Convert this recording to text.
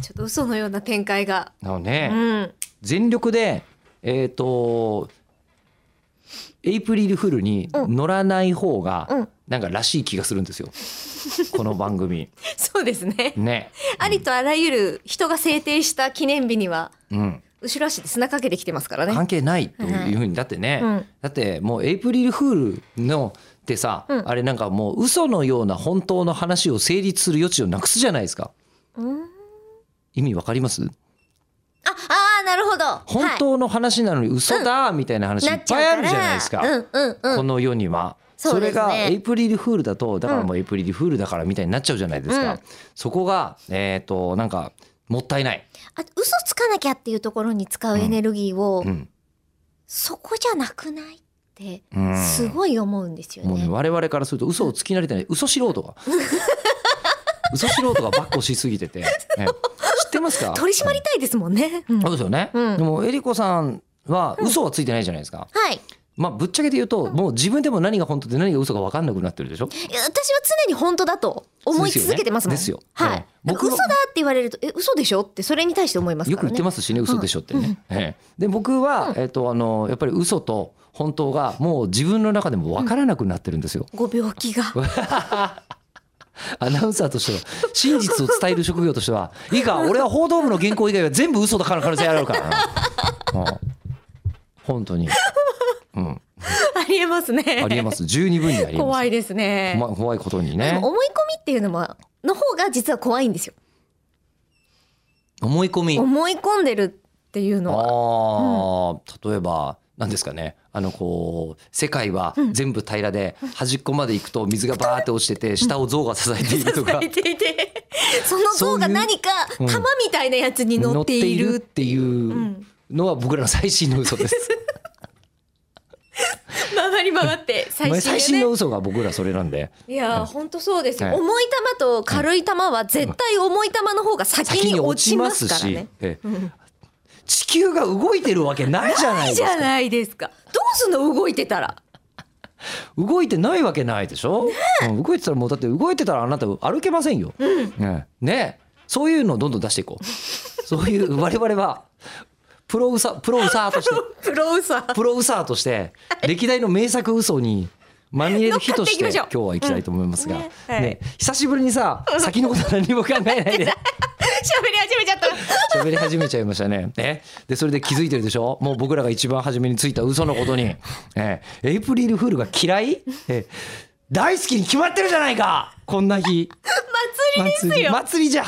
ちょっと嘘のような展開が。なので、うん。全力でえっ、とエイプリルフールに乗らない方が、うんなんからしい気がするんですよ この番組そうですね。ねありとあらゆる人が制定した記念日には、うん後ろ足で砂かけてきてますからね。関係ないというふうにだってね、うんだってもうエイプリルフールのってさ、うんあれなんかもう嘘のような本当の話を成立する余地をなくすじゃないですかうん意味わかりますあ、あーなるほど。本当の話なのに嘘だみたいな話いなっっちぱいゃあうからるじゃないですか、うんうんうん。この世には。そそうでれすねがエイプリルフールだとだからもうエイプリルフールだからみたいになっちゃうじゃないですか、うんそこがえっ、となんかもったいない、あと嘘つかなきゃっていうところに使うエネルギーを、うんそこじゃなくないってうん、すごい思うんですよもうねね。我々からすると嘘をつき慣れてない嘘素 人が嘘素人がばっこしすぎてて、ね知ってますか取り締まりたいですもんね。うんそはうですよね、うんでもえりこさんは嘘はついてないじゃないですか、い。まあぶっちゃけて言うともう自分でも何が本当で何が嘘か分かんなくなってるでしょいや私は常に本当だと思い続けてますもん。ですよねですよはええい。僕僕は嘘だって言われると、え、嘘でしょってそれに対して思いますよかくら言っね。てますしね嘘でしょってね、ええで僕は、えっとあのやっぱり嘘と本当がもう自分の中でも分からなくなってるんです よ、ご病気が。アナウンサーとしては真実を伝える職業としてはいいか俺は報道部の原稿以外は全部嘘だから可能性あ るからな、うん、本当に、うん、ありえますね。ありえます十二分にありえます怖いですね。ま怖いことにでねも思い込みっていうのも、の方が実は怖いんですよ。思い込み思い込んでるっていうのは。あー例えば何ですかねあのこう世界は全部平らで端っこまで行くと水がバーって落ちてて下を象が支えていると かいていて、その像が何かそういううん玉みたいなやつに乗ってい乗るっ。ているっていうのは僕らの最新の嘘です。回り回って最 最新,、新よのね。嘘が僕らそれなんでいやー、本当そうですよ。はい重い球と軽い球は絶対重い球の方が先先にに落落ちちまますすからしね。ええ地球が動いてるわけないじゃないいいですじゃかないですか。どうすんの動いてたら。動いてないわけないでしょ、うん動いてたらもうだって動いてたらあなた歩けませんよ、ねえねえそういうのをどんどん出して いこうそういう我々はプロウサプロウサーと してプロウサー。プロウサーとして歴代の名作嘘にまみれる日として乗っかってい今きまし日ょうは行きたいと思いますが、うんねはいね、久しぶりにさ先のこと何も考えないで 喋り始めちゃった。 喋り始めちゃいましたね。ねでそれで気づいてるでしょもう僕らが一番初めについた嘘のことに、ええエイプリルフールが嫌い、ええ大好きに決まってるじゃないかこんな日祭りですよ。祭りじゃ